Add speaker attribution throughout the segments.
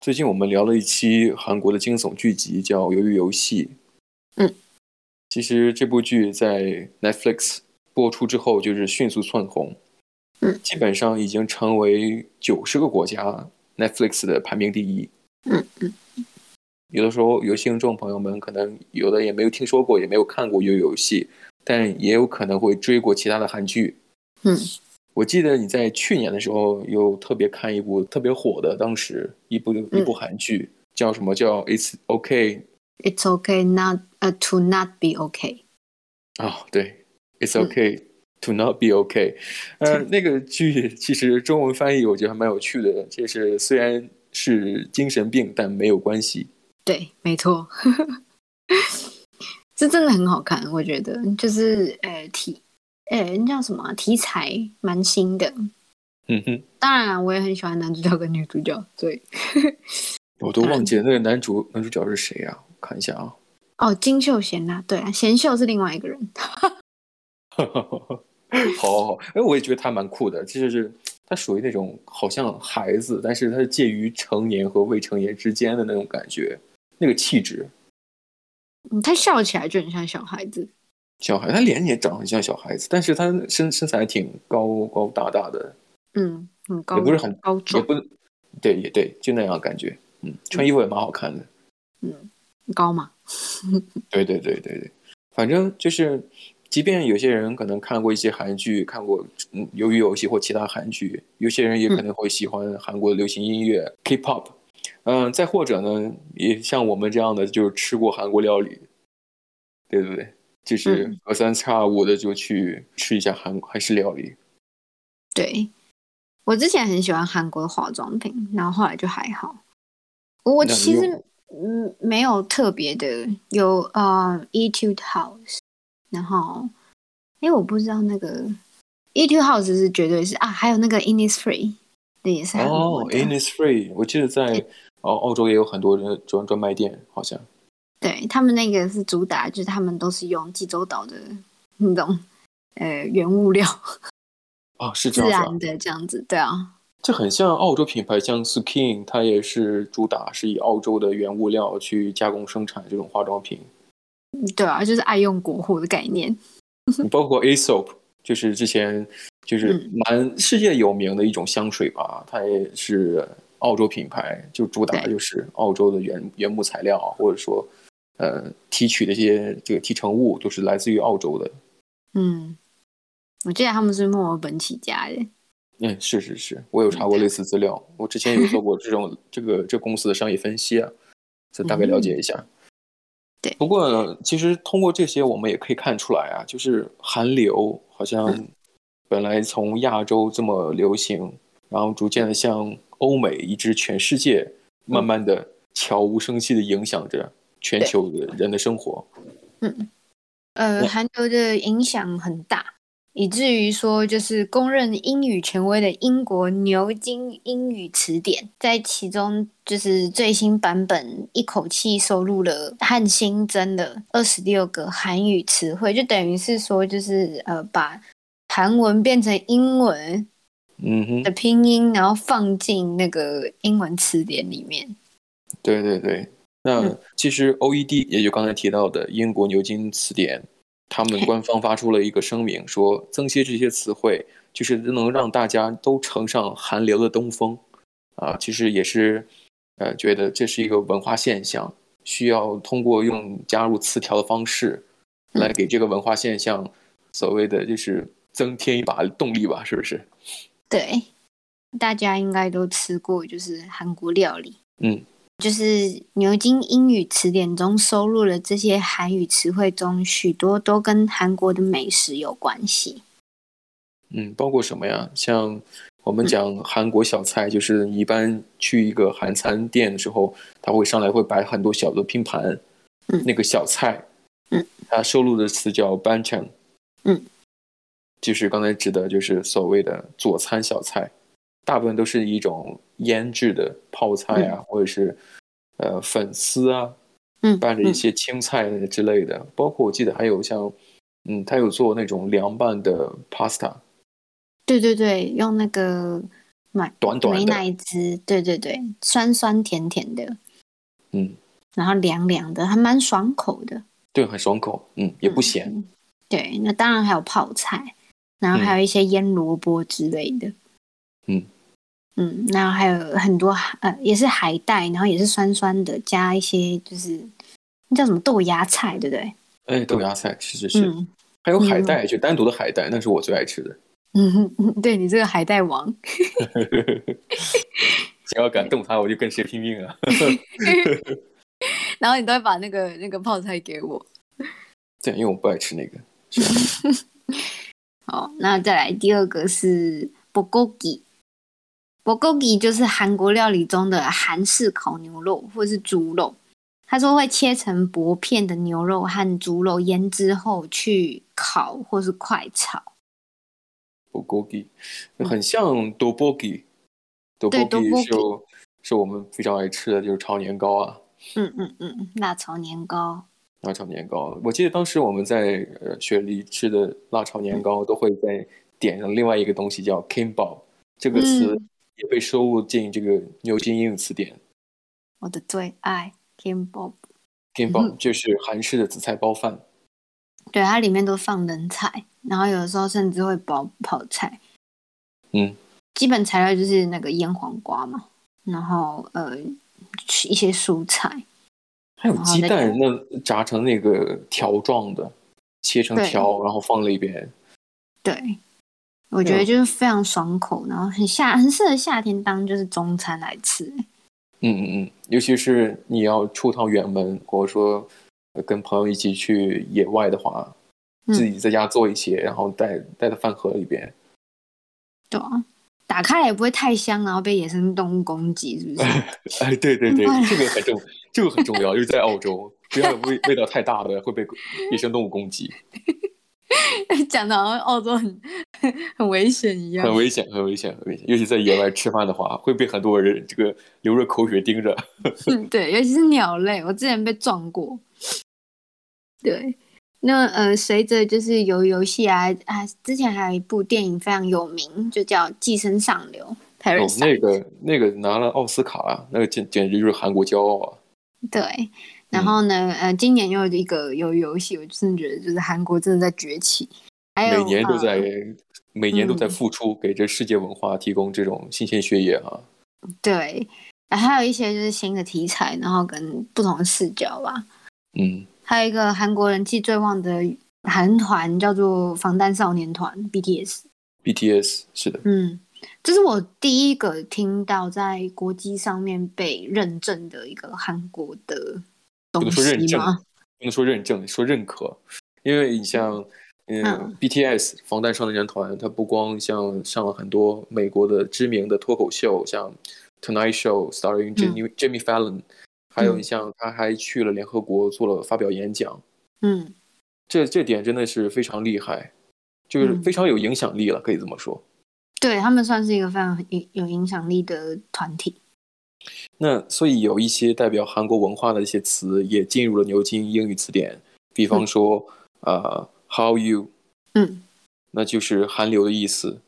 Speaker 1: 最近我们聊了一期韩国的惊悚剧集，叫《鱿鱼游戏》。
Speaker 2: 嗯，
Speaker 1: 其实这部剧在 Netflix 播出之后，就是迅速窜红。
Speaker 2: 嗯，
Speaker 1: 基本上已经成为九十个国家 Netflix 的排名第一。
Speaker 2: 嗯嗯，
Speaker 1: 有的时候，有些听众朋友们可能有的也没有听说过，也没有看过《鱿鱼游戏》，但也有可能会追过其他的韩剧。
Speaker 2: 嗯，
Speaker 1: 我记得你在去年的时候有特别看一部特别火的，当时一部一部韩剧、叫什么？叫《It's OK
Speaker 2: It's okay not 呃、to not be okay。》
Speaker 1: 啊、对，It's OK、to not be OK。呃，那个剧其实中文翻译我觉得还蛮有趣的，就是虽然是精神病，但没有关系。
Speaker 2: 对，没错， 这真的很好看，我觉得就是呃题呃那叫什么啊题材蛮新的。
Speaker 1: 嗯哼，
Speaker 2: 当然啊啦，我也很喜欢男主角跟女主角，所以
Speaker 1: 我都忘记了那个男主男主角是谁啊？我看一下啊。
Speaker 2: 哦，金秀贤啦，对啊，贤秀是另外一个人。
Speaker 1: 好好好，哎，我也觉得他蛮酷的，这就是他属于那种好像孩子，但是他是介于成年和未成年之间的那种感觉，那个气质，
Speaker 2: 嗯他笑起来就很像小孩子。
Speaker 1: 小孩，他脸也长得很像小孩子，但是他身身材挺高高大大的，
Speaker 2: 嗯，很高，
Speaker 1: 也不是很
Speaker 2: 高
Speaker 1: 也
Speaker 2: 壮，
Speaker 1: 不对，也对，就那样的感觉，嗯，穿衣服也蛮好看的，
Speaker 2: 高嘛。
Speaker 1: 对对对对对，反正就是，即便有些人可能看过一些韩剧，看过嗯《鱿鱼游戏》或其他韩剧，有些人也可能会喜欢韩国的流行音乐、K-pop，嗯、再或者呢，也像我们这样的，就是吃过韩国料理，对对对，就是
Speaker 2: 嗯
Speaker 1: 隔三差五的就去吃一下韩韩式料理。
Speaker 2: 对，我之前很喜欢韩国的化妆品，然后后来就还好。我我
Speaker 1: 那你
Speaker 2: 其
Speaker 1: 有
Speaker 2: 实嗯没有特别的，有呃 Etude House，然后因为我不知道那个 Etude House 是绝对是啊，还有那个 Innisfree，那也是韩国
Speaker 1: 哦
Speaker 2: 的。
Speaker 1: ，Innisfree，我记得在澳澳洲也有很多的专专卖店，好像。
Speaker 2: 对他们那个是主打，就是他们都是用济州岛的那种呃原物料，
Speaker 1: 哦，是
Speaker 2: 自
Speaker 1: 这样子啊
Speaker 2: 然的这样子，对啊，
Speaker 1: 这很像澳洲品牌，像 Skin，它也是主打是以澳洲的原物料去加工生产这种化妆品，
Speaker 2: 对啊，就是爱用国货的概念。
Speaker 1: 包括 Aesop，就是之前就是
Speaker 2: 嗯
Speaker 1: 蛮世界有名的一种香水吧，它也是澳洲品牌，就主打
Speaker 2: 对
Speaker 1: 就是澳洲的原原木材料，啊或者说呃提取的一些这个提成物都是来自于澳洲的。
Speaker 2: 嗯，我记得他们是墨尔本起家的。
Speaker 1: 嗯，是是是，我有
Speaker 2: 嗯
Speaker 1: 查过类似资料，我之前有做过这 种这个这公司的商业分析啊，就大概了解一下。
Speaker 2: 嗯对
Speaker 1: 不过呢其实通过这些，我们也可以看出来啊，就是韩流好
Speaker 2: 嗯
Speaker 1: 像本来从亚洲这么流行，然后逐渐的向欧美以至全世界，慢慢的悄无声息的影响着全
Speaker 2: 嗯对
Speaker 1: 球的人的生活。
Speaker 2: 呃，
Speaker 1: 那
Speaker 2: 韩流的影响很大，以至于说就是公认英语权威的英国牛津英语词典，在其中就是最新版本一口气收录了和新增的二十六个韩语词汇，就等于是说就是呃把韩文变成英文
Speaker 1: 嗯哼
Speaker 2: 的，拼音，然后放进那个英文词典里面。
Speaker 1: 对对对，那
Speaker 2: 嗯
Speaker 1: 其实 OED 也就刚才提到的英国牛津词典，他们
Speaker 2: 嘿
Speaker 1: 官方发出了一个声明，说增些这些词汇，就是能让大家都乘上韩流的东风啊。其实也是，呃，觉得这是一个文化现象，需要通过用加入词条的方式，
Speaker 2: 嗯
Speaker 1: 来给这个文化现象所谓的就是增添一把动力吧，是不是？
Speaker 2: 对，大家应该都吃过，就是韩国料理。
Speaker 1: 嗯，
Speaker 2: 就是牛津英语词典中收录了这些韩语词汇中，许多都跟韩国的美食有关系。
Speaker 1: 嗯，包括什么呀？像我们讲韩国小菜，就是你一般去一个韩餐店的时候，他会上来会摆很多小的拼盘，
Speaker 2: 嗯
Speaker 1: 那个小菜，
Speaker 2: 嗯，
Speaker 1: 它收录的词叫 banchan，
Speaker 2: 嗯，
Speaker 1: 就是刚才指的就是所谓的佐餐小菜，大部分都是一种腌制的泡菜啊，或者是呃粉丝啊，
Speaker 2: 嗯，
Speaker 1: 拌着一
Speaker 2: 嗯
Speaker 1: 些青菜之类的，包括我记得还有像，嗯，他有做那种凉拌的 pasta。
Speaker 2: 对对对，用那个蛮
Speaker 1: 短短
Speaker 2: 美
Speaker 1: 的，
Speaker 2: 乃滋，对对对，酸酸甜甜的，
Speaker 1: 嗯，
Speaker 2: 然后凉凉的，还蛮爽口的，
Speaker 1: 对，很爽口，嗯，也不咸，
Speaker 2: 嗯。对，那当然还有泡菜，然后还有一些腌萝卜之类的。
Speaker 1: 嗯
Speaker 2: 嗯，然后还有很多呃，也是海带，然后也是酸酸的，加一些就是那叫什么豆芽菜，对不对？
Speaker 1: 哎，豆芽菜是是是，
Speaker 2: 嗯
Speaker 1: 还有海
Speaker 2: 嗯
Speaker 1: 带，就单独的海带，那是我最爱吃的，
Speaker 2: 嗯哼，对你这个海带王，
Speaker 1: 只要敢动它，我就跟谁拼命啊！
Speaker 2: 然后你都会把那个那个泡菜给我。
Speaker 1: 对，因为我不爱吃那个，
Speaker 2: 好，那再来第二个是 bulgogi。bulgogi 就是韩国料理中的韩式烤牛肉或是猪肉，他说会切成薄片的牛肉和猪肉，腌制后去烤或是快炒。
Speaker 1: b o g o g i 很像 d o b o g i d o b
Speaker 2: 对
Speaker 1: o g i
Speaker 2: tteokbokki
Speaker 1: 是我是我们非常爱吃的，就是炒年糕啊，
Speaker 2: 嗯嗯嗯，辣炒年糕。
Speaker 1: 辣炒年糕。我记得当时我们在呃雪梨吃的辣炒年糕，
Speaker 2: 嗯
Speaker 1: 都会在点上另外一个东西叫 kimbap，这个词
Speaker 2: 嗯
Speaker 1: 也被收录进这个牛津英语词典。
Speaker 2: 我的最爱 kimbap，嗯
Speaker 1: kimbap 就是韩式的紫菜包
Speaker 2: 啊
Speaker 1: 饭。
Speaker 2: 对，它里面都放人菜，然后有的时候甚至会包泡菜。
Speaker 1: 嗯，
Speaker 2: 基本材料就是那个腌黄瓜嘛，然后呃一些蔬菜。
Speaker 1: 还有
Speaker 2: 然后
Speaker 1: 鸡
Speaker 2: 那
Speaker 1: 蛋，那炸成那个条状的，切成
Speaker 2: 对
Speaker 1: 条，然后放了一边。
Speaker 2: 对，我觉得
Speaker 1: 嗯
Speaker 2: 就是非常爽口，然后很夏，很适合夏天当就是中餐来吃。欸
Speaker 1: 嗯嗯嗯，尤其是你要出趟远门，或者说呃跟朋友一起去野外的话，
Speaker 2: 嗯
Speaker 1: 自己在家做一些，然后带带到饭盒里边。
Speaker 2: 对啊，打开来也不会太香，然后被野生动物攻击，是不是？
Speaker 1: 哎，对对对
Speaker 2: 嗯，
Speaker 1: 这个很重，这个很重要，就是在澳洲，不要有味味道太大的 会被野生动物攻击，
Speaker 2: 讲的好像澳洲很很危险一样
Speaker 1: 很。危险，很危险，很危险。尤其在野外吃饭的话，会被很多人这个流着口水盯着。
Speaker 2: 嗯，对，尤其是鸟类，我之前被撞过。对，那呃，随着就是游游戏啊啊，之前还有一部电影非常有名，就叫《寄生上流》
Speaker 1: 哦
Speaker 2: （Parasite）。，
Speaker 1: 那个那个拿了奥斯卡啊，那个简简直就是韩国骄傲啊！
Speaker 2: 对，然
Speaker 1: 嗯
Speaker 2: 后呢，呃，今年又有一个有游戏，我真的觉得就是韩国真的在崛起，还有
Speaker 1: 每年都在、
Speaker 2: 呃
Speaker 1: 每年都在
Speaker 2: 嗯
Speaker 1: 付出，给这世界文化提供这种新鲜血液啊。
Speaker 2: 对，呃还有一些就是新的题材，然后跟不同的视角吧。
Speaker 1: 嗯，
Speaker 2: 还有一个韩国人气最旺的韩团叫做防弹少年团 BTS，
Speaker 1: BTS 是的，
Speaker 2: 嗯，这是我第一个听到在国际上面被认证的一个韩国的
Speaker 1: 不
Speaker 2: 东
Speaker 1: 能说认
Speaker 2: 西
Speaker 1: 证
Speaker 2: 吗？
Speaker 1: 不能说认证，说认可，因为你像。嗯
Speaker 2: 嗯
Speaker 1: b t s 防弹少年团，它不光像上了很多美国的知名的脱口秀，像 Tonight Show starring Jimmy、Jimmy Fallon，还有
Speaker 2: 嗯
Speaker 1: 你像他还去了联合国做了发表演讲，
Speaker 2: 嗯，
Speaker 1: 这这点真的是非常厉害，就是
Speaker 2: 嗯
Speaker 1: 非常有影响力了，可以这么说。
Speaker 2: 对他们算是一个非常有有影响力的团体。
Speaker 1: 那所以有一些代表韩国文化的一些词也进入了牛津英语词典，比方说，呃，how you，
Speaker 2: 嗯，
Speaker 1: 那就是韩流的意思，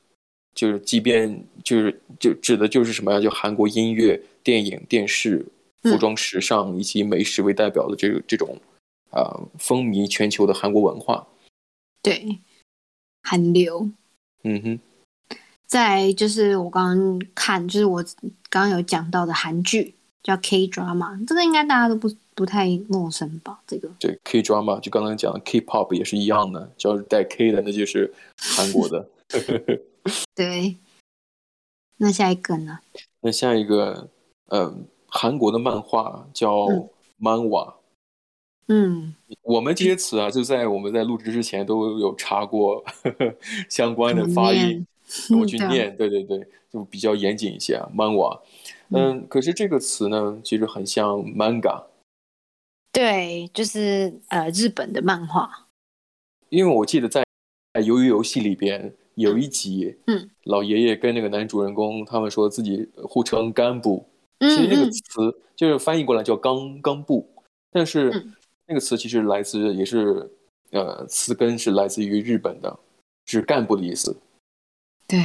Speaker 1: 就是即便就是就指的就是什么呀？就韩国音乐、电影、电视、
Speaker 2: 嗯
Speaker 1: 服装、时尚以及美食为代表的这个这种，啊、风靡全球的韩国文化。
Speaker 2: 对，韩流。
Speaker 1: 嗯哼，
Speaker 2: 再就是我刚刚看，就是我刚刚有讲到的韩剧叫 K drama，这个应该大家都不不太陌生吧？这个
Speaker 1: 对 K drama 就刚才讲的 K-pop 也是一样的，只要是带 K 的那就是韩国的。
Speaker 2: 对。那下一个呢？
Speaker 1: 那下一个，呃，韩国的漫画叫
Speaker 2: 嗯
Speaker 1: manhwa。
Speaker 2: 嗯，
Speaker 1: 我们这些词啊，就在我们在录制之前都有查过 相关的
Speaker 2: 怎么
Speaker 1: 发音
Speaker 2: 念，
Speaker 1: 怎么去
Speaker 2: 嗯对啊
Speaker 1: 念。对对对，就比较严谨一些啊。manhwa，嗯，可是这个词呢，其实很像 manga，
Speaker 2: 对，就是呃日本的漫画，
Speaker 1: 因为我记得在《鱿鱼游戏》里边有一集，
Speaker 2: 嗯，
Speaker 1: 老爷爷跟那个男主人公，他们说自己互称干部，其实
Speaker 2: 嗯
Speaker 1: 这个
Speaker 2: 嗯
Speaker 1: 词就是翻译过来叫冈冈部，但是
Speaker 2: 嗯
Speaker 1: 那个词其实来自也是呃词根是来自于日本的，是干部的意思。
Speaker 2: 对，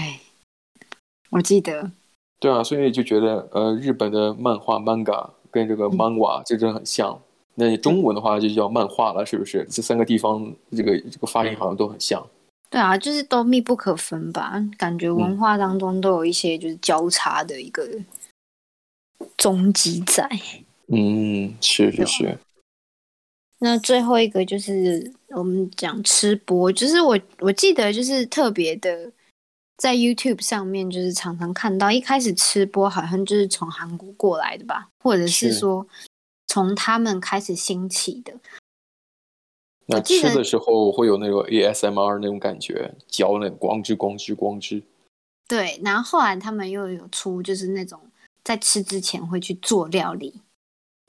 Speaker 2: 我记得，
Speaker 1: 对啊，所以就觉得呃，日本的漫画 manga 跟这个
Speaker 2: 嗯
Speaker 1: manga 就真的很像。那中文的话就叫漫画了，是不是？这三个地方这个这个发音好像都很像。
Speaker 2: 对啊，就是都密不可分吧，感觉文化当中都有一些就是交叉的一个踪迹在。
Speaker 1: 嗯，是是
Speaker 2: 啊
Speaker 1: 是，
Speaker 2: 那最后一个就是我们讲吃播，就是我我记得就是特别的，在 YouTube 上面就是常常看到，一开始吃播好像就是从韩国过来的吧，或者是
Speaker 1: 是
Speaker 2: 说从他们开始兴起的。
Speaker 1: 那
Speaker 2: 记
Speaker 1: 吃
Speaker 2: 得
Speaker 1: 的时候会有那种 ASMR 那种感觉，嚼那光吱光吱光吱。
Speaker 2: 对，然后后来他们又有出就是那种在吃之前会去做料理，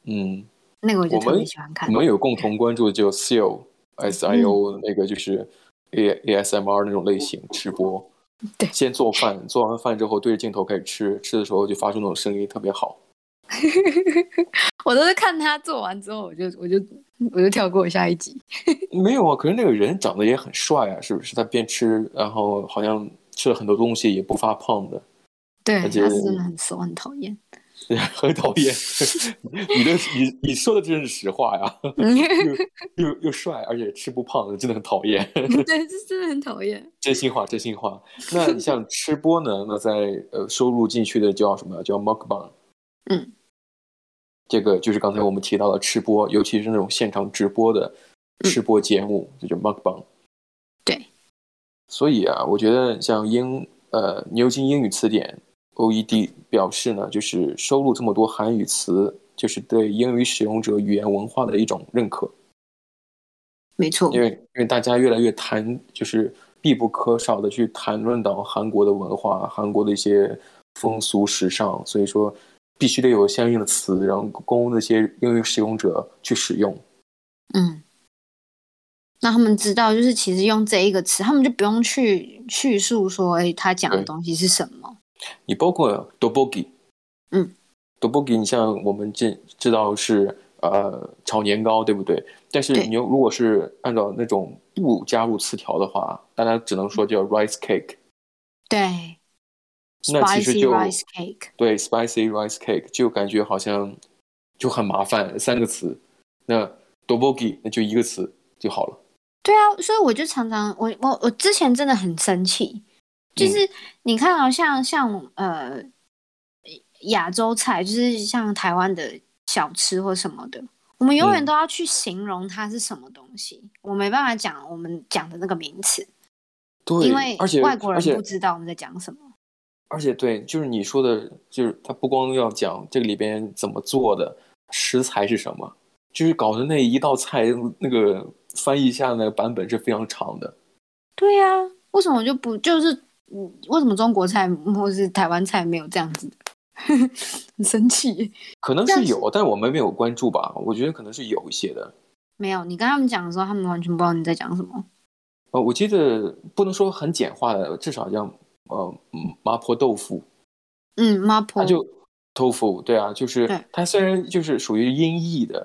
Speaker 1: 嗯，
Speaker 2: 那个我就
Speaker 1: 我
Speaker 2: 特别
Speaker 1: 们
Speaker 2: 喜欢看
Speaker 1: 我。们有共同关注的就 SEO S I O 那个就是 A A S M R 那种类型直播。
Speaker 2: 对
Speaker 1: 先做饭，做完饭之后对着镜头开始吃，吃的时候就发出那种声音，特别好。
Speaker 2: 我都是看他做完之后，我就我就我就跳过下一集。
Speaker 1: 没有啊，可是那个人长得也很帅啊，是不是？他边吃，然后好像吃了很多东西，也不发胖的，
Speaker 2: 对，
Speaker 1: 而
Speaker 2: 他
Speaker 1: 且
Speaker 2: 是真的很瘦，很讨 厌。
Speaker 1: 很讨厌。 你的你你说的真是实话呀， 又又又帅，而且吃不胖，真的很讨厌。
Speaker 2: 对，这真的很讨厌。
Speaker 1: 真心话，真 心话。那你像吃播呢？ 那在呃收入进去的叫什么？叫 mukbang。
Speaker 2: 嗯，
Speaker 1: 这个就是刚才我们提到的吃播，尤其是那种现场直播的吃播节目，这就 mukbang。
Speaker 2: 嗯对。
Speaker 1: 所以啊，我觉得像英呃牛津英语词典 OED 表示呢，就是收录这么多韩语词，就是对英语使用者语言文化的一种认可。
Speaker 2: 没错
Speaker 1: 因，为因为大家越来越谈，就是必不可少的去谈论到韩国的文化、韩国的一些风俗时尚，所以说必须得有相应的词，然后供那些英语使用者去使用。
Speaker 2: 嗯。那他们知道，就是其实用这一个词，他们就不用去叙述说，哎、他讲的
Speaker 1: 对
Speaker 2: 东西是什么。
Speaker 1: 你包括 dobogi，
Speaker 2: 嗯
Speaker 1: ，dobogi，你像我们知知道是呃炒年糕，对不对？但是
Speaker 2: 对
Speaker 1: 你又如果是按照那种不加入词条的话，大家只能说
Speaker 2: 嗯
Speaker 1: 叫 rice cake。
Speaker 2: 对
Speaker 1: 那其实
Speaker 2: ，spicy
Speaker 1: 就
Speaker 2: rice cake。
Speaker 1: 对，spicy rice cake 就感觉好像就很麻烦，三个词。那 dobogi 那就一个词就好了。
Speaker 2: 对啊，所以我就常常，我我我之前真的很生气，
Speaker 1: 嗯
Speaker 2: 就是你看啊，像像呃亚洲菜，就是像台湾的小吃或什么的，我们永远
Speaker 1: 嗯
Speaker 2: 都要去形容它是什么东西，我没办法讲我们讲的那个名词，
Speaker 1: 对，
Speaker 2: 因为
Speaker 1: 而且
Speaker 2: 外国
Speaker 1: 而
Speaker 2: 人
Speaker 1: 且
Speaker 2: 不知道我们在讲什么。
Speaker 1: 而且对，就是你说的，就是他不光要讲这个里边怎么做的，食材是什么，就是搞的那一道菜那个翻译一下那个版本是非常长的。
Speaker 2: 对呀、啊，为什么就不就是嗯，为什么中国菜或是台湾菜没有这样子的？ 很生气。
Speaker 1: 可能
Speaker 2: 但
Speaker 1: 是
Speaker 2: 是
Speaker 1: 有，但我们没有关注吧？我觉得可能是有一些的。
Speaker 2: 没有，你跟他们讲的时候，他们完全不知道你在讲什么。
Speaker 1: 呃，我记得不能说很简化的，至少像呃麻婆豆腐，
Speaker 2: 嗯，麻
Speaker 1: 它
Speaker 2: 婆
Speaker 1: 啊就 tofu，对啊，就是
Speaker 2: 对
Speaker 1: 它虽然就是属于音译的，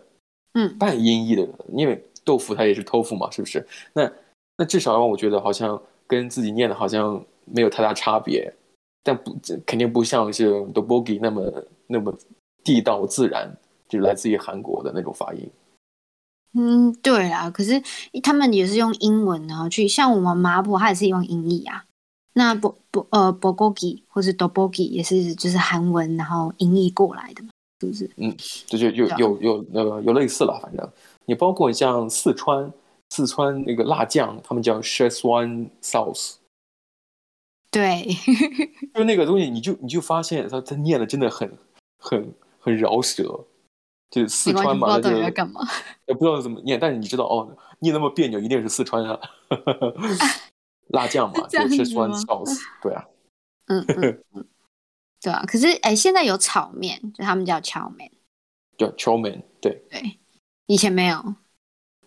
Speaker 2: 嗯
Speaker 1: 半音译的，因为豆腐它也是 tofu 嘛，是不是？那那至少让我觉得好像跟自己念的好像没有太大差别，但不这肯定不像是 dobogi 那么那么地道自然，就是来自于韩国的那种发音。
Speaker 2: 嗯，对啦，可是他们也是用英文然后去，像我们麻婆，它也是用音译啊。那博博呃博锅鸡或是 dobogi 也是就是韩文然后音译过来的嘛，是不是？
Speaker 1: 这就有
Speaker 2: 对啊
Speaker 1: 有有呃有类似了，反正你包括像四川四川那个辣酱，他们叫 Szechuan sauce。
Speaker 2: 对，
Speaker 1: 就是那个东西，你就你就发现他他念的真的很很很饶舌，就是四
Speaker 2: 你完
Speaker 1: 川
Speaker 2: 全不
Speaker 1: 嘛，
Speaker 2: 知道
Speaker 1: 那就
Speaker 2: 到底在干嘛。
Speaker 1: 也不知道怎么念，但是你知道哦，念那么别扭一定是四川 啊，辣酱嘛，
Speaker 2: 是这样
Speaker 1: 就
Speaker 2: 子
Speaker 1: 是酸
Speaker 2: 吗
Speaker 1: sauce，对啊，
Speaker 2: 嗯嗯嗯，对啊。可是哎，现在有炒面，就他们叫炒面，
Speaker 1: 叫 chomen，对，
Speaker 2: 对，以前没有。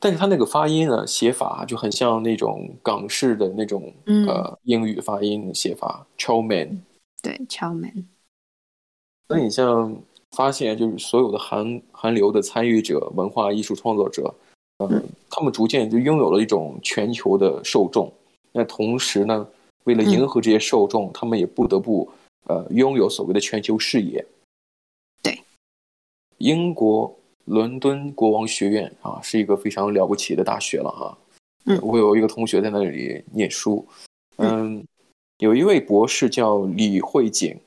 Speaker 1: 但是它那个发音呢，写法就很像那种港式的那种、
Speaker 2: 嗯
Speaker 1: 呃英语发音写法 chomen，
Speaker 2: 对，炒面，
Speaker 1: 所以你像发现，就是所有的韩韩流的参与者、文化艺术创作者，嗯、
Speaker 2: 嗯
Speaker 1: 他们逐渐就拥有了一种全
Speaker 2: 嗯
Speaker 1: 球的受众。那同时呢，为了迎合这些受众，他们也不得不呃拥有所谓的全球视野。
Speaker 2: 对，
Speaker 1: 英国伦敦国王学院啊是一个非常了不起的大学了哈、
Speaker 2: 嗯
Speaker 1: 我有一个同学在那里念书，嗯，有一位博士叫李慧景，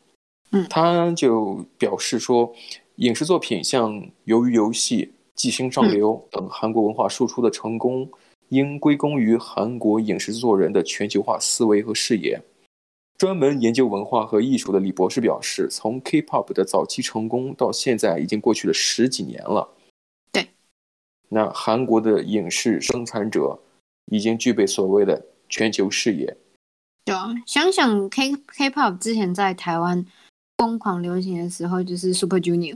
Speaker 2: 嗯
Speaker 1: 他就表示说，影视作品像《鱿鱼游戏》《寄生上流》等韩国文化输出的成功，应归功于韩国影视制作人的全球化思维和视野。专门研究文化和艺术的李博士表示，从 K-pop 的早期成功到现在，已经过去了十几年了。
Speaker 2: 对，
Speaker 1: 那韩国的影视生产者已经具备所谓的全球视野。
Speaker 2: 对啊，想想 K K-pop 之前在台湾疯狂流行的时候，就是 Super Junior，Super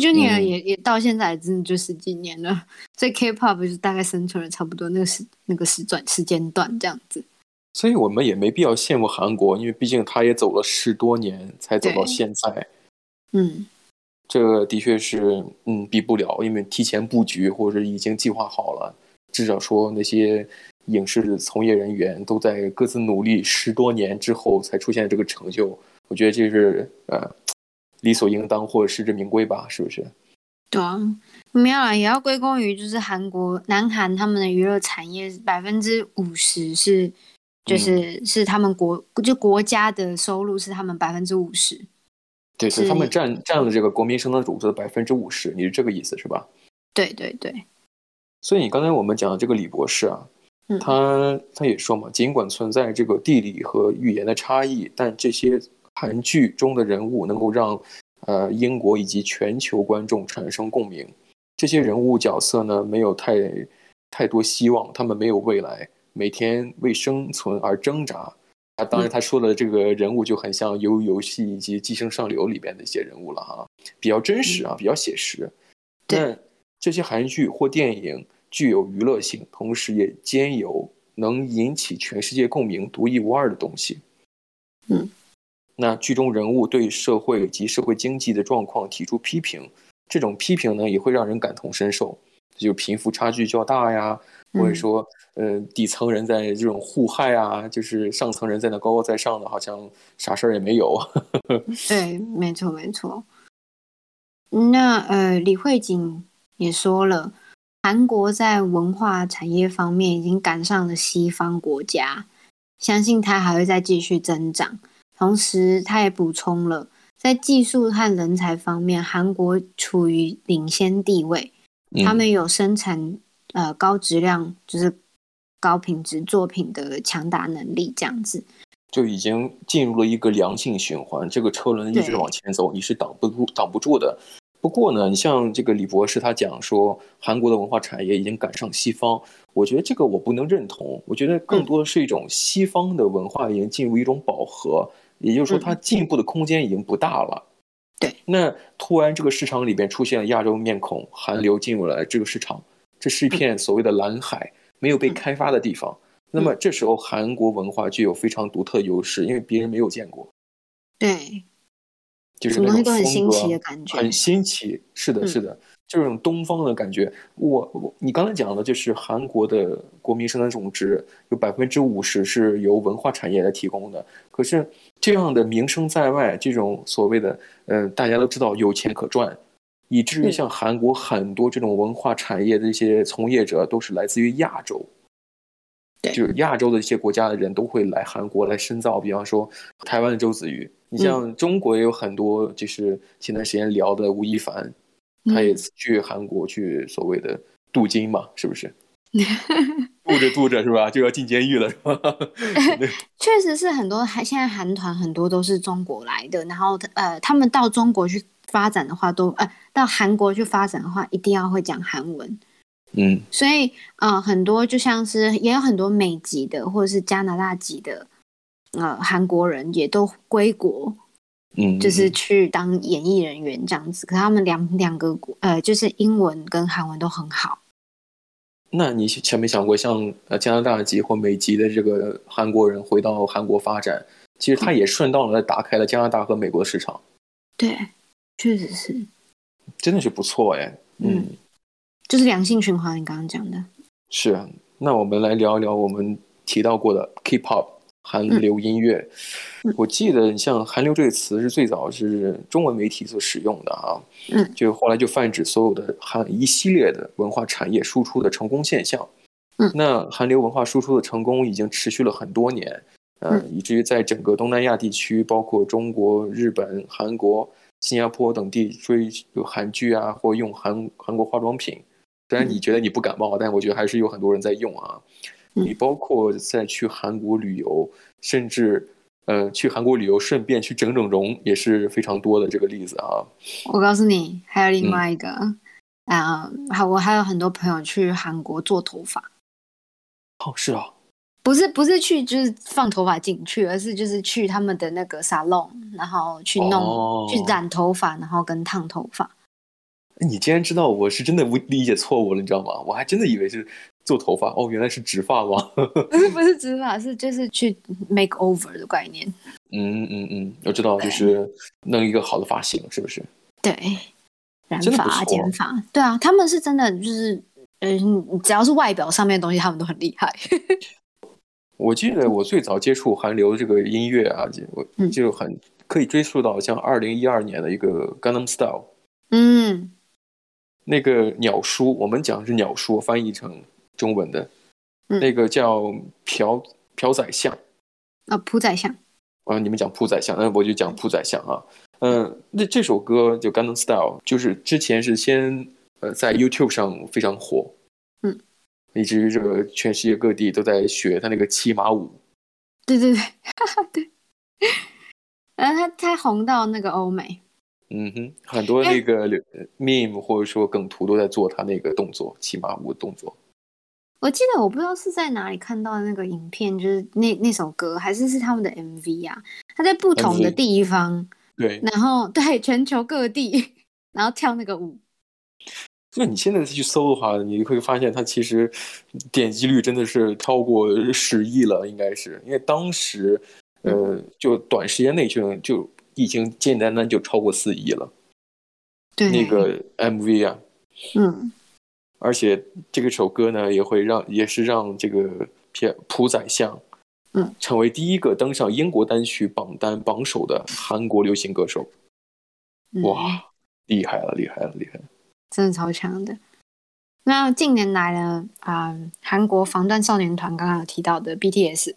Speaker 2: Junior
Speaker 1: 嗯
Speaker 2: 也、也到现在真的就十几年了，所以 K-pop 就大概生存了差不多那个时那个时段时间段这样子。
Speaker 1: 所以我们也没必要羡慕韩国，因为毕竟他也走了十多年才走到
Speaker 2: 对
Speaker 1: 现在。
Speaker 2: 嗯，
Speaker 1: 这个的确是，嗯，比不了，因为提前布局或者已经计划好了。至少说那些影视从业人员都在各自努力十多年之后才出现这个成就，我觉得这是呃理所应当或者实至名归吧，是不是？
Speaker 2: 对啊，没有啦，也要归功于就是韩国南韩他们的娱乐产业百分之五十是就是、是他们国就国家的收入是他们百分之五十。
Speaker 1: 对，所以
Speaker 2: 是
Speaker 1: 他们占占了这个国民生产总值的百分之五十，你是这个意思是吧？
Speaker 2: 对对对，
Speaker 1: 所以你刚才我们讲的这个李博士啊，
Speaker 2: 嗯
Speaker 1: 他他也说嘛，尽管存在这个地理和语言的差异，但这些韩剧中的人物能够让呃英国以及全球观众产生共鸣。这些人物角色呢，没有太太多希望，他们没有未来，每天为生存而挣扎。啊，当然，他说的这个人物就很像《鱿鱼游戏》以及《寄生上流》里边的一些人物了哈，比较真实啊，比较写实。
Speaker 2: 对
Speaker 1: 那这些韩剧或电影具有娱乐性，同时也兼有能引起全世界共鸣、独一无二的东西。
Speaker 2: 嗯，
Speaker 1: 那剧中人物对社会及社会经济的状况提出批评，这种批评呢也会让人感同身受，就贫富差距较大呀，
Speaker 2: 嗯
Speaker 1: 或者说，呃，底层人在这种互害啊，就是上层人在那高高在上的，好像啥事儿也没有。
Speaker 2: 对，没错没错。那呃，李慧瑾也说了，韩国在文化产业方面已经赶上了西方国家，相信它还会再继续增长。同时，他也补充了，在技术和人才方面，韩国处于领先地位。
Speaker 1: 嗯
Speaker 2: 他们有生产呃高质量，就是高品质作品的强大能力，这样子。
Speaker 1: 就已经进入了一个良性循环，这个车轮一直
Speaker 2: 对
Speaker 1: 往前走，你是挡不住、挡不住的。不过呢，你像这个李博士他讲说，韩国的文化产业已经赶上西方，我觉得这个我不能认同。我觉得更
Speaker 2: 嗯
Speaker 1: 多的是一种西方的文化已经进入一种饱和，也就是说它进步的空间已经不大了。
Speaker 2: 嗯对，
Speaker 1: 那突然这个市场里边出现了亚洲面孔，韩流进入了这个市场，这
Speaker 2: 嗯
Speaker 1: 是一片所谓的蓝海，没有被开发的地方。那
Speaker 2: 嗯
Speaker 1: 么这时候韩国文化具有非常独特的优势，因为别人没有见过，
Speaker 2: 对，
Speaker 1: 就是
Speaker 2: 什么
Speaker 1: 那
Speaker 2: 东
Speaker 1: 种
Speaker 2: 西都很
Speaker 1: 风
Speaker 2: 新
Speaker 1: 格
Speaker 2: 奇的感觉。
Speaker 1: 很新奇。是的，
Speaker 2: 嗯
Speaker 1: 是的，这种东方的感觉。我我你刚才讲的就是韩国的国民生产总值有百分之五十是由文化产业来提供的，可是这样的名声在外，这种所谓的呃大家都知道有钱可赚。以至于
Speaker 2: 嗯
Speaker 1: 像韩国很多这种文化产业的一些从业者都是来自于亚洲，
Speaker 2: 对
Speaker 1: 就是亚洲的一些国家的人都会来韩国来深造，比方说台湾的周子瑜，
Speaker 2: 嗯
Speaker 1: 你像中国也有很多，就是前段时间聊的吴亦凡，
Speaker 2: 嗯
Speaker 1: 他也去韩国去所谓的镀金嘛，是不 是？镀着镀着是吧，就要进监狱了是吧？
Speaker 2: 确实是很多韩现在韩团很多都是中国来的，然后呃，他们到中国去发展的话都，呃到韩国去发展的话，一定要会讲韩文。
Speaker 1: 嗯，
Speaker 2: 所以呃，很多就像是也有很多美籍的或者是加拿大籍的呃韩国人也都归国，
Speaker 1: 嗯，
Speaker 2: 就是去当演艺人员这样子。可他们两两个国呃，就是英文跟韩文都很好。
Speaker 1: 那你想没想过，像呃加拿大籍或美籍的这个韩国人回到韩国发展，其实他也顺道的打开了加拿大和美国的市场，
Speaker 2: 对，确实是，
Speaker 1: 真的是不错哎。
Speaker 2: 嗯就是良性循环。你刚刚讲的，
Speaker 1: 是。那我们来聊一聊我们提到过的 K-pop 韩
Speaker 2: 嗯
Speaker 1: 流音乐。我记得像“韩流”这个词是最早是中文媒体所使用的啊，
Speaker 2: 嗯，
Speaker 1: 就后来就泛指所有的韩一系列的文化产业输出的成功现象。
Speaker 2: 嗯
Speaker 1: 那韩流文化输出的成功已经持续了很多年，呃，
Speaker 2: 嗯
Speaker 1: 以至于在整个东南亚地区，包括中国、日本、韩国、新加坡等地追有韩剧啊，或用韩韩国化妆品。虽然你觉得你不感冒，但我觉得还是有很多人在用啊。
Speaker 2: 嗯
Speaker 1: 你包括在去韩国旅游，甚至呃去韩国旅游顺便去整整容也是非常多的这个例子啊。
Speaker 2: 我告诉你，还有
Speaker 1: 嗯
Speaker 2: 另外一个啊、还我还有很多朋友去韩国做头发，
Speaker 1: 哦，是啊，
Speaker 2: 不是不是去就是放头发进去，而是就是去他们的那个 salon，然后去弄、
Speaker 1: 哦
Speaker 2: 去染头发，然后跟烫头发。
Speaker 1: 哎你竟然知道，我是真的无理解错误了，你知道吗？我还真的以为是做头发，哦，原来是植发吗？
Speaker 2: 不
Speaker 1: 嗯
Speaker 2: 是不是植发，是就是去 make over 的概念。
Speaker 1: 嗯嗯嗯，我知道，就是弄一个好的发型，是不是？
Speaker 2: 对，染
Speaker 1: 真的不
Speaker 2: 发、啊
Speaker 1: 错
Speaker 2: 剪发，对啊，他们是真的就是，呃，你只要是外表上面的东西，他们都很厉害。
Speaker 1: 我记得我最早接触韩流这个音乐啊，就我
Speaker 2: 嗯
Speaker 1: 就很可以追溯到像二零一二年的一个《Gangnam Style》。
Speaker 2: 嗯，
Speaker 1: 那个鸟叔，我们讲是鸟叔，翻译成中文的，
Speaker 2: 嗯
Speaker 1: 那个叫朴朴宰相
Speaker 2: 啊、朴宰相，
Speaker 1: 啊，你们讲朴宰相，那我就讲朴宰相啊。嗯，那这首歌就《Gangnam Style》，就是之前是先呃在 YouTube 上非常火，
Speaker 2: 嗯，
Speaker 1: 以至于这个全世界各地都在学他那个骑马舞。
Speaker 2: 对对对，哈哈对。然后他他红到那个欧美，
Speaker 1: 嗯哼，很多
Speaker 2: 哎
Speaker 1: 那个呃 meme 或者说梗图都在做他那个动作，骑马舞的动作。
Speaker 2: 我记得我不知道是在哪里看到那个影片，就是那那首歌，还是是他们的 MV 啊。他在不同的
Speaker 1: MV
Speaker 2: 地方，
Speaker 1: 对，
Speaker 2: 然后对全球各地，然后跳那个舞。
Speaker 1: 那你现在去搜的话，你会发现它其实点击率真的是超过十亿了，应该是因为当时，呃，
Speaker 2: 嗯
Speaker 1: 就短时间内就就已经简简单单就超过四亿了
Speaker 2: 对，
Speaker 1: 那，个 MV 啊，
Speaker 2: 嗯，
Speaker 1: 而且这个首歌呢也会让也是让这个朴朴宰相，
Speaker 2: 嗯，
Speaker 1: 成为第一个登上英国单曲榜单榜首的韩国流行歌手，
Speaker 2: 嗯
Speaker 1: 哇，厉害了，厉害了，厉害了！
Speaker 2: 真的超强的。那近年来呢，啊、韩国防弹少年团刚刚有提到的 BTS，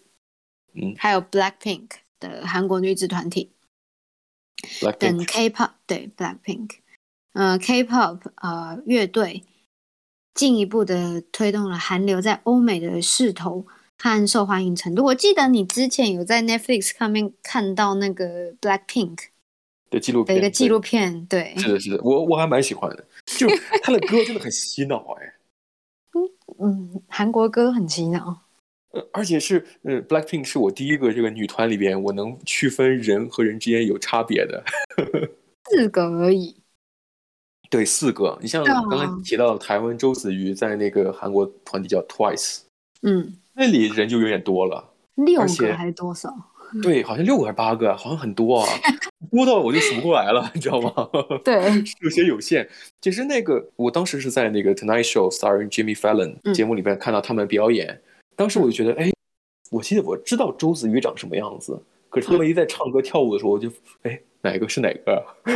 Speaker 1: 嗯
Speaker 2: 还有 Blackpink 的韩国女子团体
Speaker 1: Blackpink
Speaker 2: 等 K-pop 对 Blackpink，呃 K-pop 呃乐队进一步的推动了韩流在欧美的势头和受欢迎程度。我记得你之前有在 Netflix 上面看到那个 Blackpink
Speaker 1: 的纪录
Speaker 2: 的
Speaker 1: 片
Speaker 2: 一个纪
Speaker 1: 对
Speaker 2: 录片，对，
Speaker 1: 是的，是的，我我还蛮喜欢的，就他的歌真的很洗脑哎，
Speaker 2: 嗯，韩国歌很洗脑。
Speaker 1: 呃，而且是呃，Blackpink 是我第一个这个女团里边我能区分人和人之间有差别的，
Speaker 2: 四个而已，
Speaker 1: 对，四个，你像
Speaker 2: 对啊
Speaker 1: 刚刚提到台湾周子瑜在那个韩国团体叫 Twice，
Speaker 2: 嗯，
Speaker 1: 那里人就有点多了，
Speaker 2: 六
Speaker 1: 而且
Speaker 2: 个还是多少？
Speaker 1: 对，好像六个还是八个，好像很 多啊，多到我就数不过来了，你知道吗？
Speaker 2: 对，
Speaker 1: 数学有限。其实那个，我当时是在那个 Tonight Show starring Jimmy Fallon
Speaker 2: 嗯
Speaker 1: 节目里边看到他们表演，当时我就觉得，哎，我记得我知道周子瑜长什么样子，可是
Speaker 2: 嗯
Speaker 1: 他们一在唱歌跳舞的时候，我就，哎，哪个是哪个啊？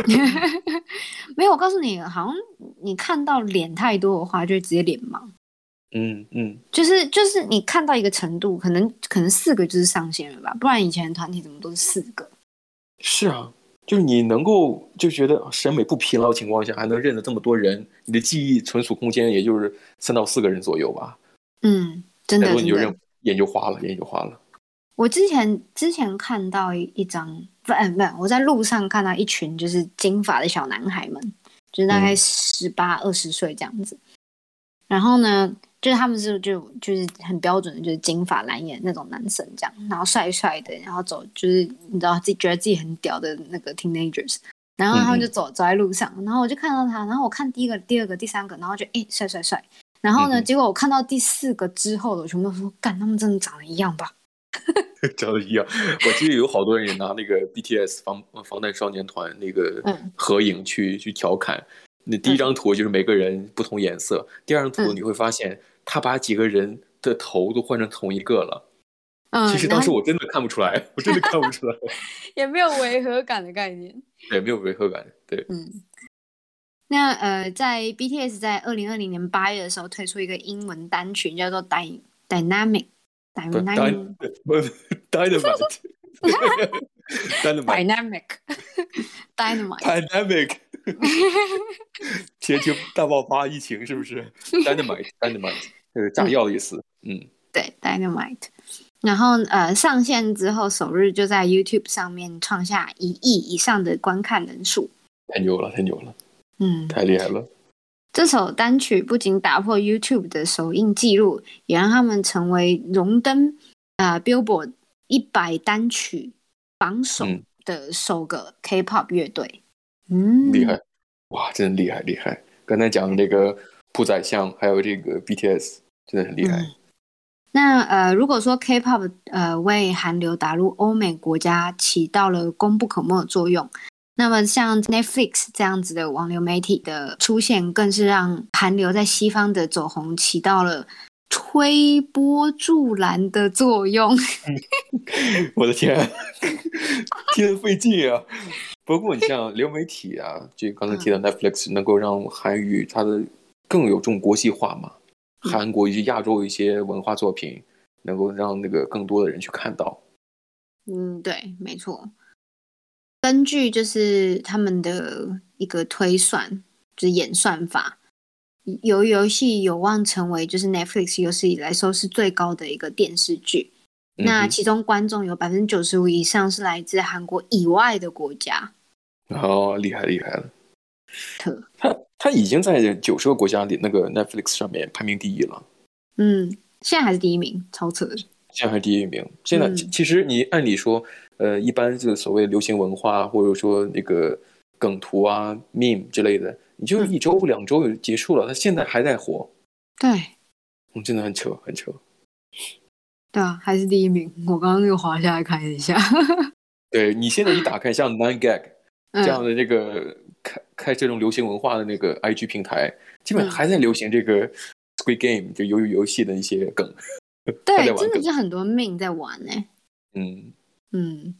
Speaker 2: 没有。我告诉你，好像你看到脸太多的话，就会直接脸盲。
Speaker 1: 嗯嗯，
Speaker 2: 就是就是你看到一个程度，可能可能四个就是上限了吧？不然以前的团体怎么都是四个？
Speaker 1: 是啊，就是你能够就觉得审美不疲劳的情况下，还能认得这么多人，你的记忆存储空间也就是三到四个人左右吧，
Speaker 2: 嗯，真
Speaker 1: 再
Speaker 2: 的
Speaker 1: 多哎你
Speaker 2: 真
Speaker 1: 就
Speaker 2: 的
Speaker 1: 认。眼就花了，眼就花了。
Speaker 2: 我之前之前看到一一张，不，哎不，我在路上看到一群就是金发的小男孩们，就是大概
Speaker 1: 嗯
Speaker 2: 十八二十岁这样子。然后呢，就是他们是就就是很标准的，就是金发蓝眼那种男生这样，然后帅帅的，然后走就是你知道自己觉得自己很屌的那个 teenagers。然后
Speaker 1: 嗯
Speaker 2: 他们就走走在路上，然后我就看到他，然后我看第一个、第二个、第三个，然后就诶帅帅帅。然后呢，
Speaker 1: 嗯哼
Speaker 2: 结果我看到第四个之后的，我全部都说干，他们真的长得一样吧？
Speaker 1: 长得一样。我记得有好多人也拿那个 BTS 防呃防弹少年团那个
Speaker 2: 嗯
Speaker 1: 合影去、去调侃。那第一张图就是每个人不同颜色，第二张图
Speaker 2: 嗯
Speaker 1: 你会发现他把几个人的头都换成同一个了，
Speaker 2: 嗯，
Speaker 1: 其实
Speaker 2: 然
Speaker 1: 当
Speaker 2: 后
Speaker 1: 时我真的看不出来，我真的看不出 来，
Speaker 2: 也没有违和感的概念。
Speaker 1: 对，没有违和感，对，
Speaker 2: 嗯， 那呃，在 BTS 在二零二零年八月的时候推出一个英文单曲，叫做 Dy- Dynamic 嗯
Speaker 1: 不
Speaker 2: Dynamic
Speaker 1: ，dynamite，dynamite，
Speaker 2: Dynamic Dynamite，
Speaker 1: pandemic，全球大爆发，疫情是不是？dynamite，dynamite，呃，炸药的意思。嗯，
Speaker 2: 对 Dynamite。然后呃，上线之后首日就在 YouTube 上面创下一亿以上的观看人数。
Speaker 1: 太牛了，太牛了，
Speaker 2: 嗯，
Speaker 1: 太厉害了！
Speaker 2: 这首单曲不仅打破 YouTube 的首映记录，也让他们成为荣登啊、呃 Billboard 一百单曲榜首
Speaker 1: 嗯
Speaker 2: 的首个 K-pop 乐队。嗯，
Speaker 1: 厉害，哇，真厉害厉害！刚才讲这个朴宰相，还有这个 BTS，真的很厉害。
Speaker 2: 嗯那呃，如果说 K-pop 呃为韩流打入欧美国家起到了功不可没的作用，那么像 Netflix 这样子的网流媒体的出现，更是让韩流在西方的走红起到了推波助澜的作用。嗯
Speaker 1: 我的天，听着费劲啊！不过你 像流媒体啊，就刚才提
Speaker 2: 嗯
Speaker 1: 到 Netflix 能够让韩语它的更有这种国际化嘛，
Speaker 2: 嗯
Speaker 1: 韩国以及亚洲一些文化作品能够让那个更多的人去看到。
Speaker 2: 嗯，对，没错。根据就是他们的一个推算，就是演算法，游游戏有望成为就是 Netflix 有史以来收视最高的一个电视剧。那
Speaker 1: 嗯
Speaker 2: 其中观众有百分之九十五以上是来自韩国以外的国家。
Speaker 1: 哼哦，厉害厉害了！
Speaker 2: 特
Speaker 1: 它它已经在九十个国家里那个 Netflix 上面排名第一了。
Speaker 2: 嗯，现在还是第一名，超扯的。
Speaker 1: 现在还是第一名。现在、
Speaker 2: 嗯
Speaker 1: 其实你按理说，呃，一般就是所谓流行文化，啊或者说那个梗图啊、meme 之类的，你就
Speaker 2: 嗯
Speaker 1: 一周、两周就结束了，它现在还在火，
Speaker 2: 对
Speaker 1: 嗯，真的很扯，很扯。
Speaker 2: 对啊，还是第一名。我刚刚又滑下来看一下，
Speaker 1: 对你现在一打开像 Nine Gag 这样
Speaker 2: 嗯，
Speaker 1: 的这个开开这种流行文化的那个 IG 平台，基本上
Speaker 2: 嗯
Speaker 1: 还在流行这个 Squid Game 就鱿鱼游戏的一些梗，还在
Speaker 2: 对，
Speaker 1: 玩
Speaker 2: 真的
Speaker 1: 梗
Speaker 2: 是很多命在玩呢、
Speaker 1: 嗯。
Speaker 2: 嗯，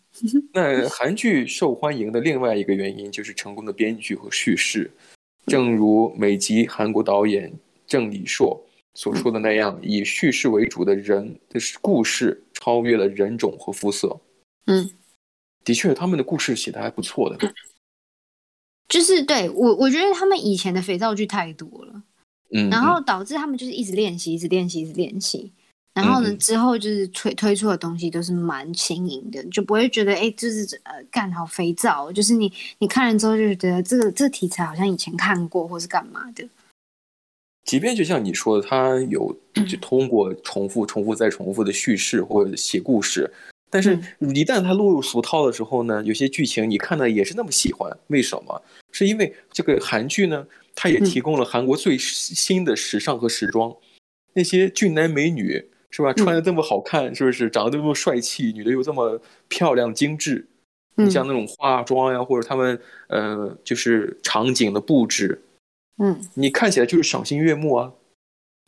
Speaker 1: 那韩剧受欢迎的另外一个原因就是成功的编剧和叙事，正如美籍韩国导演郑李硕所说的那样，以叙事为主的人的故事超越了人种和肤色。
Speaker 2: 嗯，
Speaker 1: 的确，他们的故事写的还不错的。
Speaker 2: 就是对我，我觉得他们以前的肥皂剧太多了，
Speaker 1: 嗯，
Speaker 2: 然后导致他们就是一直练习，一直练习，一直练习。然后呢，
Speaker 1: 嗯嗯
Speaker 2: 之后就是推推出的东西都是蛮新颖的，就不会觉得哎，就是呃，干好肥皂哦，就是你你看了之后就觉得这个这个题材好像以前看过或是干嘛的。嗯
Speaker 1: 即便就像你说的，他有就通过重复、重复再重复的叙事或者写故事，但是一旦他落入俗套的时候呢，有些剧情你看的也是那么喜欢，为什么？是因为这个韩剧呢，它也提供了韩国最新的时尚和时装，那些俊男美女是吧，穿的这么好看，是不是长得这么帅气，女的又这么漂亮精致，
Speaker 2: 嗯
Speaker 1: 你像那种化妆呀，或者他们呃就是场景的布置，
Speaker 2: 嗯，
Speaker 1: 你看起来就是赏心悦目啊。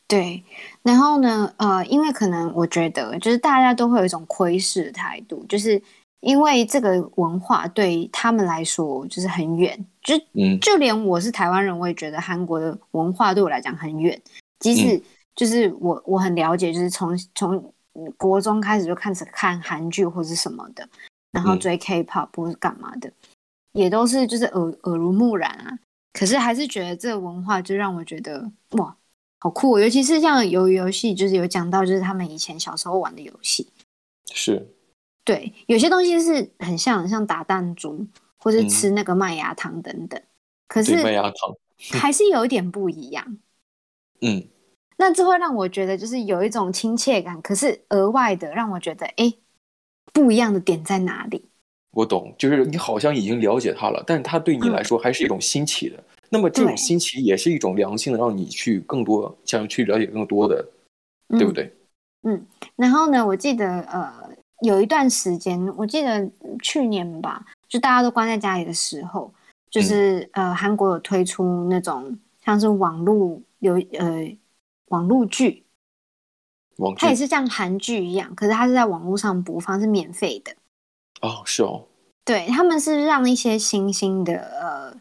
Speaker 2: 对，然后呢，呃，因为可能我觉得，就是大家都会有一种窥视的态度，就是因为这个文化对他们来说就是很远，就
Speaker 1: 嗯
Speaker 2: 就连我是台湾人，我也觉得韩国的文化对我来讲很远，即
Speaker 1: 嗯
Speaker 2: 使就是我我很了解，就是从从嗯国中开始就开始看韩剧或是什么的，然后
Speaker 1: 嗯
Speaker 2: 追 K-pop 或是干嘛的，也都是就是耳耳濡目染啊，可是还是觉得这个文化就让我觉得哇，好酷哦！尤其是像游游戏，就是有讲到就是他们以前小时候玩的游戏，
Speaker 1: 是，
Speaker 2: 对，有些东西是很像像打弹珠或者
Speaker 1: 嗯
Speaker 2: 吃那个麦芽糖等等，可
Speaker 1: 对麦
Speaker 2: 是
Speaker 1: 芽糖，
Speaker 2: 还是有一点不一样。
Speaker 1: 嗯，
Speaker 2: 那这会让我觉得就是有一种亲切感，可是额外的让我觉得哎，不一样的点在哪里？
Speaker 1: 我懂，就是你好像已经了解它了，但是它对你来说还是一种新奇的。那么这种
Speaker 2: 嗯对
Speaker 1: 新奇也是一种良性的，让你去更多想去了解更多的，对不
Speaker 2: 嗯
Speaker 1: 对？
Speaker 2: 然后呢，我记得呃，有一段时间，我记得去年吧，就大家都关在家里的时候，就是、
Speaker 1: 嗯
Speaker 2: 呃，韩国有推出那种像是网络有呃网络剧，
Speaker 1: 网剧
Speaker 2: 它也是像韩剧一样，可是它是在网络上播放，是免费的。
Speaker 1: 哦，是哦，
Speaker 2: 对，他们是让一些新兴的呃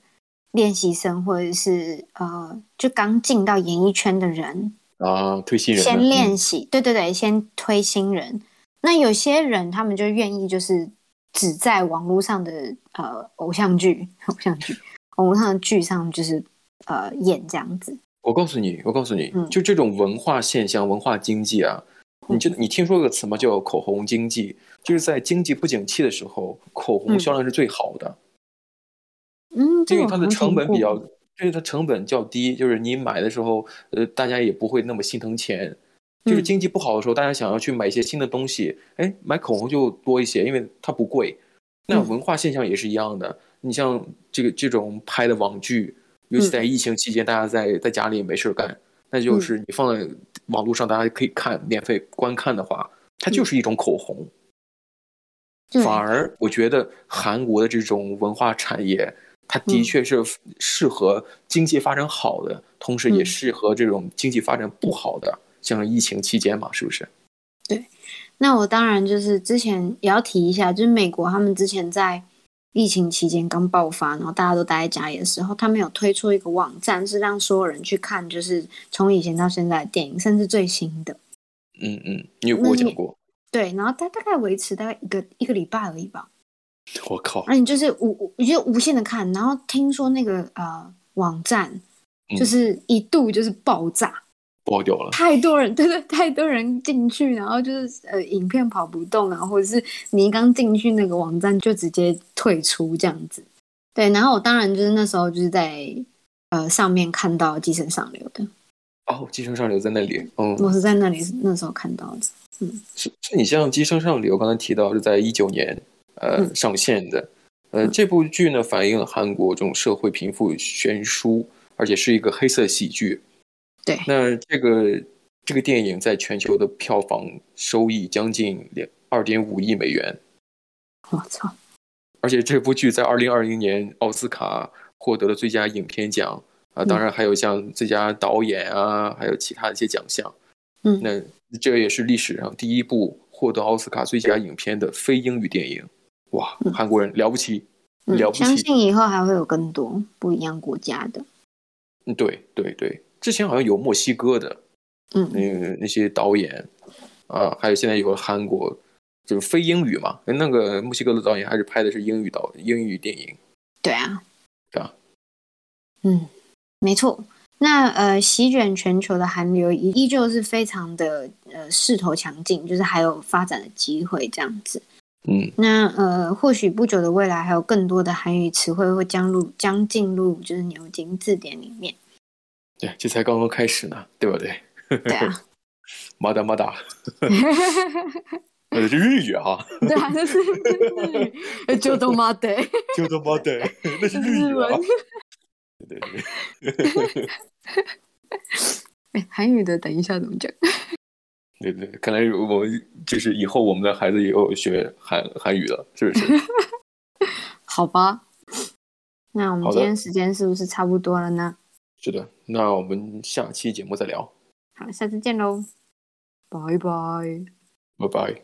Speaker 2: 练习生或者是呃就刚进到演艺圈的人
Speaker 1: 啊，推新人
Speaker 2: 先
Speaker 1: 了
Speaker 2: 练
Speaker 1: 嗯
Speaker 2: 习，对对对，先推新人。那有些人他们就愿意就是只在网络上的呃偶像剧、偶像剧、网络上的剧上就是呃演这样子。
Speaker 1: 我告诉你，我告诉你
Speaker 2: 嗯，
Speaker 1: 就这种文化现象、文化经济啊，你就你听说过个词吗？叫口红经济，就是在经济不景气的时候，口红
Speaker 2: 嗯
Speaker 1: 销量是最好的，
Speaker 2: 嗯，这
Speaker 1: 因为
Speaker 2: 个
Speaker 1: 它
Speaker 2: 我
Speaker 1: 的
Speaker 2: 好像
Speaker 1: 成
Speaker 2: 听
Speaker 1: 本比
Speaker 2: 过
Speaker 1: 较，就是它成本较低，就是你买的时候，呃，大家也不会那么心疼钱。就是
Speaker 2: 嗯
Speaker 1: 经济不好的时候，大家想要去买一些新的东西，哎，买口红就多一些，因为它不贵。那
Speaker 2: 嗯
Speaker 1: 文化现象也是一样的，你像这个这种拍的网剧，尤其
Speaker 2: 嗯
Speaker 1: 在疫情期间，大家在在家里也没事儿干，那就是你放在网络上，大家可以看免费观看的话，它
Speaker 2: 嗯
Speaker 1: 就是一种口红。
Speaker 2: 对
Speaker 1: 反而我觉得韩国的这种文化产业，它的
Speaker 2: 嗯
Speaker 1: 确是适合经济发展好的，同时也
Speaker 2: 嗯
Speaker 1: 适合这种经济发展不好的，像疫情期间嘛，是不是？
Speaker 2: 那我当然就是之前也要提一下，就是美国他们之前在疫情期间刚爆发，然后大家都待在家里的时候，他们有推出一个网站，是让所有人去看，就是从以前到现在的电影，甚至最新的。
Speaker 1: 嗯嗯，你有给我
Speaker 2: 那你
Speaker 1: 讲过，
Speaker 2: 对，然后大大概维持大概一个一个礼拜而已吧。
Speaker 1: 我靠，
Speaker 2: 那你就是无无你就无限的看，然后听说那个呃网站
Speaker 1: 嗯
Speaker 2: 就是一度就是爆炸，
Speaker 1: 爆掉了。
Speaker 2: 太多人，对对，太多人进去，然后就是呃，影片跑不动啊，或者是你刚进去那个网站就直接退出这样子。对，然后我当然就是那时候就是在呃上面看到《寄生上流》的，
Speaker 1: 哦，《寄生上流》在那里，嗯，
Speaker 2: 我是在那里那时候看到的。
Speaker 1: 是是你像《寄生上流》刚才提到是在一九年呃
Speaker 2: 嗯
Speaker 1: 上线的，呃这部剧呢反映了韩国这种社会贫富悬殊，而且是一个黑色喜剧。
Speaker 2: 对
Speaker 1: 那这个这个电影在全球的票房收益将近两二点五亿美元，
Speaker 2: 我操，
Speaker 1: 而且这部剧在二零二零年奥斯卡获得了最佳影片奖啊，
Speaker 2: 嗯
Speaker 1: 当然还有像最佳导演啊，还有其他一些奖项。
Speaker 2: 嗯
Speaker 1: 那这也是历史上第一部获得奥斯卡最佳影片的非英语电影。哇，
Speaker 2: 嗯
Speaker 1: 韩国人了不起，了
Speaker 2: 嗯，
Speaker 1: 不起
Speaker 2: 相信以后还会有更多不一样国家的。
Speaker 1: 嗯对对对，之前好像有墨西哥的
Speaker 2: 嗯，
Speaker 1: 那个那些导演啊，还有现在有韩国，就是非英语嘛。那个墨西哥的导演还是拍的是英语导英语电影，
Speaker 2: 对啊，
Speaker 1: 对啊，
Speaker 2: 嗯，没错。那呃，席卷全球的韩流依依旧是非常的呃势头强劲，就是还有发展的机会这样子。
Speaker 1: 嗯。
Speaker 2: 那呃，或许不久的未来，还有更多的韩语词汇会将入将进入就是牛津字典里 面。
Speaker 1: 对，这才刚刚开始呢，对不对？
Speaker 2: 对啊，
Speaker 1: 马达马 达，呃，这日语哈，
Speaker 2: 对啊，就是 就都妈的，
Speaker 1: 就他妈的， 那是日
Speaker 2: 日
Speaker 1: 语啊
Speaker 2: 文。
Speaker 1: 对对对，
Speaker 2: 哎韩语的等一下怎么讲？
Speaker 1: 对对，看来我们就是以后我们的孩子也有学韩韩语了，是不是？
Speaker 2: 好吧，那我们
Speaker 1: 好的
Speaker 2: 今天时间是不是差不多了呢？
Speaker 1: 是的，那我们下期节目再聊，
Speaker 2: 好，下次见喽，拜拜。
Speaker 1: 拜拜。